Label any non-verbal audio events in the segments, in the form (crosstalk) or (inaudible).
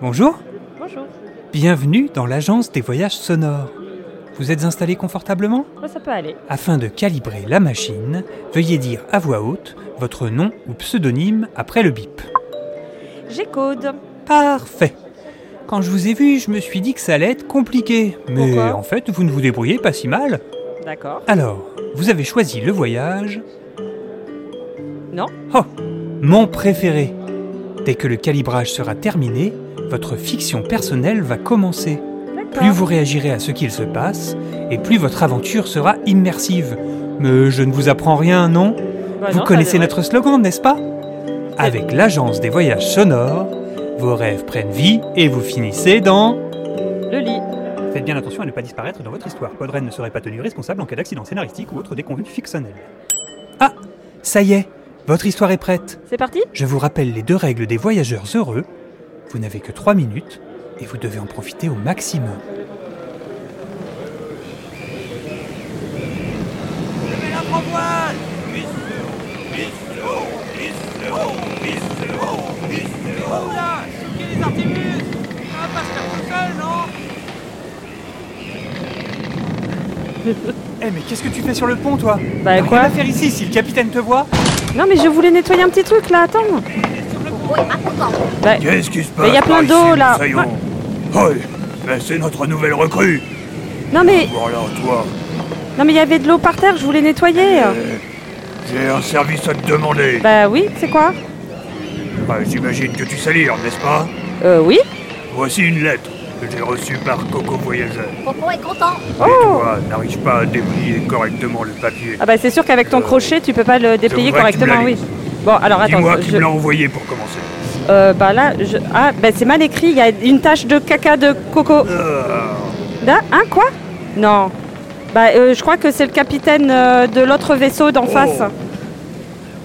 Bonjour, Bonjour. bienvenue dans l'agence des voyages sonores. Vous êtes installé confortablement Moi, ça peut aller. Afin de calibrer la machine, veuillez dire à voix haute votre nom ou pseudonyme après le bip. J'ai code. Parfait. Quand je vous ai vu, je me suis dit que ça allait être compliqué. Mais Pourquoi en fait, vous ne vous débrouillez pas si mal. D'accord. Alors, vous avez choisi le voyage Non. Oh, mon préféré. Dès que le calibrage sera terminé, votre fiction personnelle va commencer. D'accord. Plus vous réagirez à ce qu'il se passe, et plus votre aventure sera immersive. Mais je ne vous apprends rien, non Bah Vous non, ça connaissez devrait- notre slogan, n'est-ce pas Avec l'agence des voyages sonores, vos rêves prennent vie et vous finissez dans... Le lit. Faites bien attention à ne pas disparaître dans votre histoire. Podren ne serait pas tenu responsable en cas d'accident scénaristique ou autre déconvenue fictionnelle. Ah Ça y est Votre histoire est prête C'est parti Je vous rappelle les deux règles des voyageurs heureux. Vous n'avez que 3 minutes et vous devez en profiter au maximum. Eh mais qu'est-ce que tu fais sur le pont toi Bah Rien à faire ici si le capitaine te voit Non, mais je voulais nettoyer un petit truc là, attends. Bah, Qu'est-ce qui se passe Mais y a plein par d'eau, ici, là. Moussaillon Hey, mais c'est notre nouvelle recrue non, mais Voilà, toi, non, mais il y avait de l'eau par terre, je voulais nettoyer. j'ai un service à te demander. Bah oui, c'est quoi Ah, J'imagine que tu sais lire, n'est-ce pas Euh, oui. Voici une lettre que j'ai reçue par Coco Voyageur. Coco est content. Et Oh toi, n'arrive pas à déplier correctement le papier. Ah bah c'est sûr qu'avec ton crochet, tu peux pas le déplier voudrais que tu me correctement, la oui. lises. Bon, alors attends. Dis-moi qui je- me l'a envoyé pour commencer. euh, bah là, je... ah, bah c'est mal écrit, il y a une tache de caca de coco. Ah, Là, hein, quoi Non. Bah, euh, je crois que c'est le capitaine euh, de l'autre vaisseau d'en Oh. face.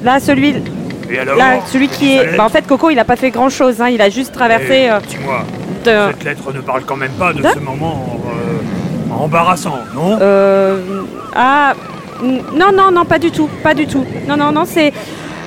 Là, celui, et alors là, celui qui Cette est. lettre Bah, en fait, Coco, il a pas fait grand chose. Hein. Il a juste traversé. Eh, euh, Dis-moi, de... cette lettre ne parle quand même pas de Hein ce moment euh, embarrassant, non euh, Ah. n- Non, non, non, pas du tout. Pas du tout. Non, non, non, c'est.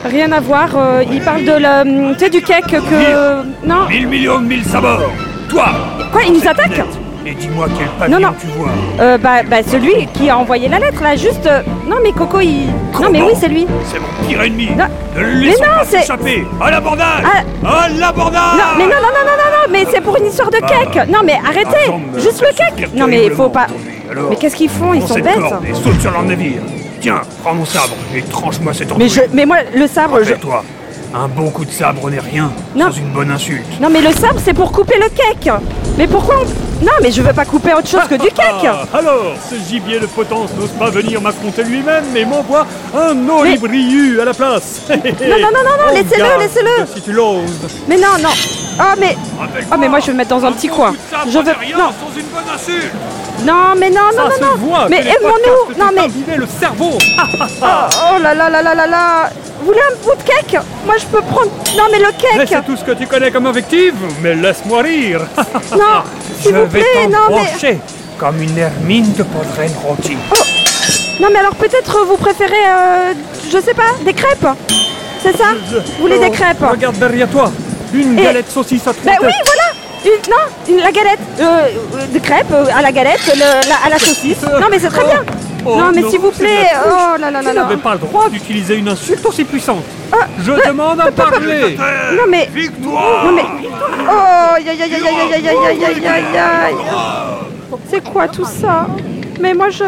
Rien à voir. euh, il parle de le. hum, Tu sais, du cake que. Non. Mille millions de mille sabords Toi Quoi, il nous attaque Et dis-moi quel pavillon non. tu vois. Euh, bah, bah, celui qui a envoyé la lettre, là, juste. euh, Non, mais Coco, il. Non, mais Comment oui, c'est lui. C'est mon pire ennemi. Non. Ne le laissons Mais non, pas c'est- Ah. s'échapper. À l'abordage. À l'abordage. Non, mais non, non, non, non, non, non, mais c'est pour une histoire de cake. Non, mais arrêtez, Bah, Attends, mais juste ça le se cake. perd Non, mais il terriblement faut pas. aujourd'hui. Alors, Mais qu'est-ce qu'ils font Ils prends sont cette bêtes. corde et saute sur leur navire. Tiens, prends mon sabre et tranche-moi cette Mais embrouille. je, mais moi, le sabre, je. toi, un bon coup de sabre n'est rien Non. sans une bonne insulte. Non, mais le sabre, c'est pour couper le cake. Mais pourquoi on- Non, mais je veux pas couper autre chose que du cake. Ah, alors, ce gibier de potence n'ose pas venir m'affronter lui-même, mais m'envoie un olibriu à la place. Oh, non, non, non, non, laissez-le, laissez-le. Si tu l'oses. Mais non, non. Oh, mais. Oh, mais moi, je vais me mettre dans un petit coin. Je veux. Non, sans une bonne insulte. non, mais non, Ah, non, Ça se non, non. voit. Mais que les podcasts aimons-nous. Non, te mais. tardivaient le cerveau. Ah, Oh là là là là là là. Vous voulez un bout de cake Moi, je peux prendre. Non, mais le laisse cake. tout ce que tu connais comme invective, mais laisse-moi rire. Non, Ah, (laughs) Je s'il vous vais plaît, non, mais. t'embrancher comme une hermine de Podren rôtie. Non mais alors peut-être vous préférez, euh, je sais pas, des crêpes C'est ça Vous voulez des Oh, crêpes Bah Regarde derrière toi. Une Et- Ben galette saucisse à trois oui, têtes. voilà Une- Non, une- la galette, euh, euh, des crêpes euh, à la galette, le- la- à la saucisse. Non mais c'est très bien Oh, Non mais non, s'il vous c'est de la plaît, touche. oh là là là Tu là Ah, n'avais pas le droit d'utiliser une insulte aussi puissante. Je demande à parler. Non mais, Victoire non mais, oh, aïe aïe aïe aïe aïe aïe aïe aïe aïe aïe Oh. C'est quoi tout ça Mais moi je...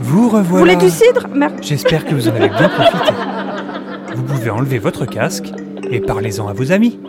Vous revoilà. Vous voulez du cidre Merde. J'espère que vous en avez bien profité. Vous pouvez enlever votre casque et parlez-en à vos amis.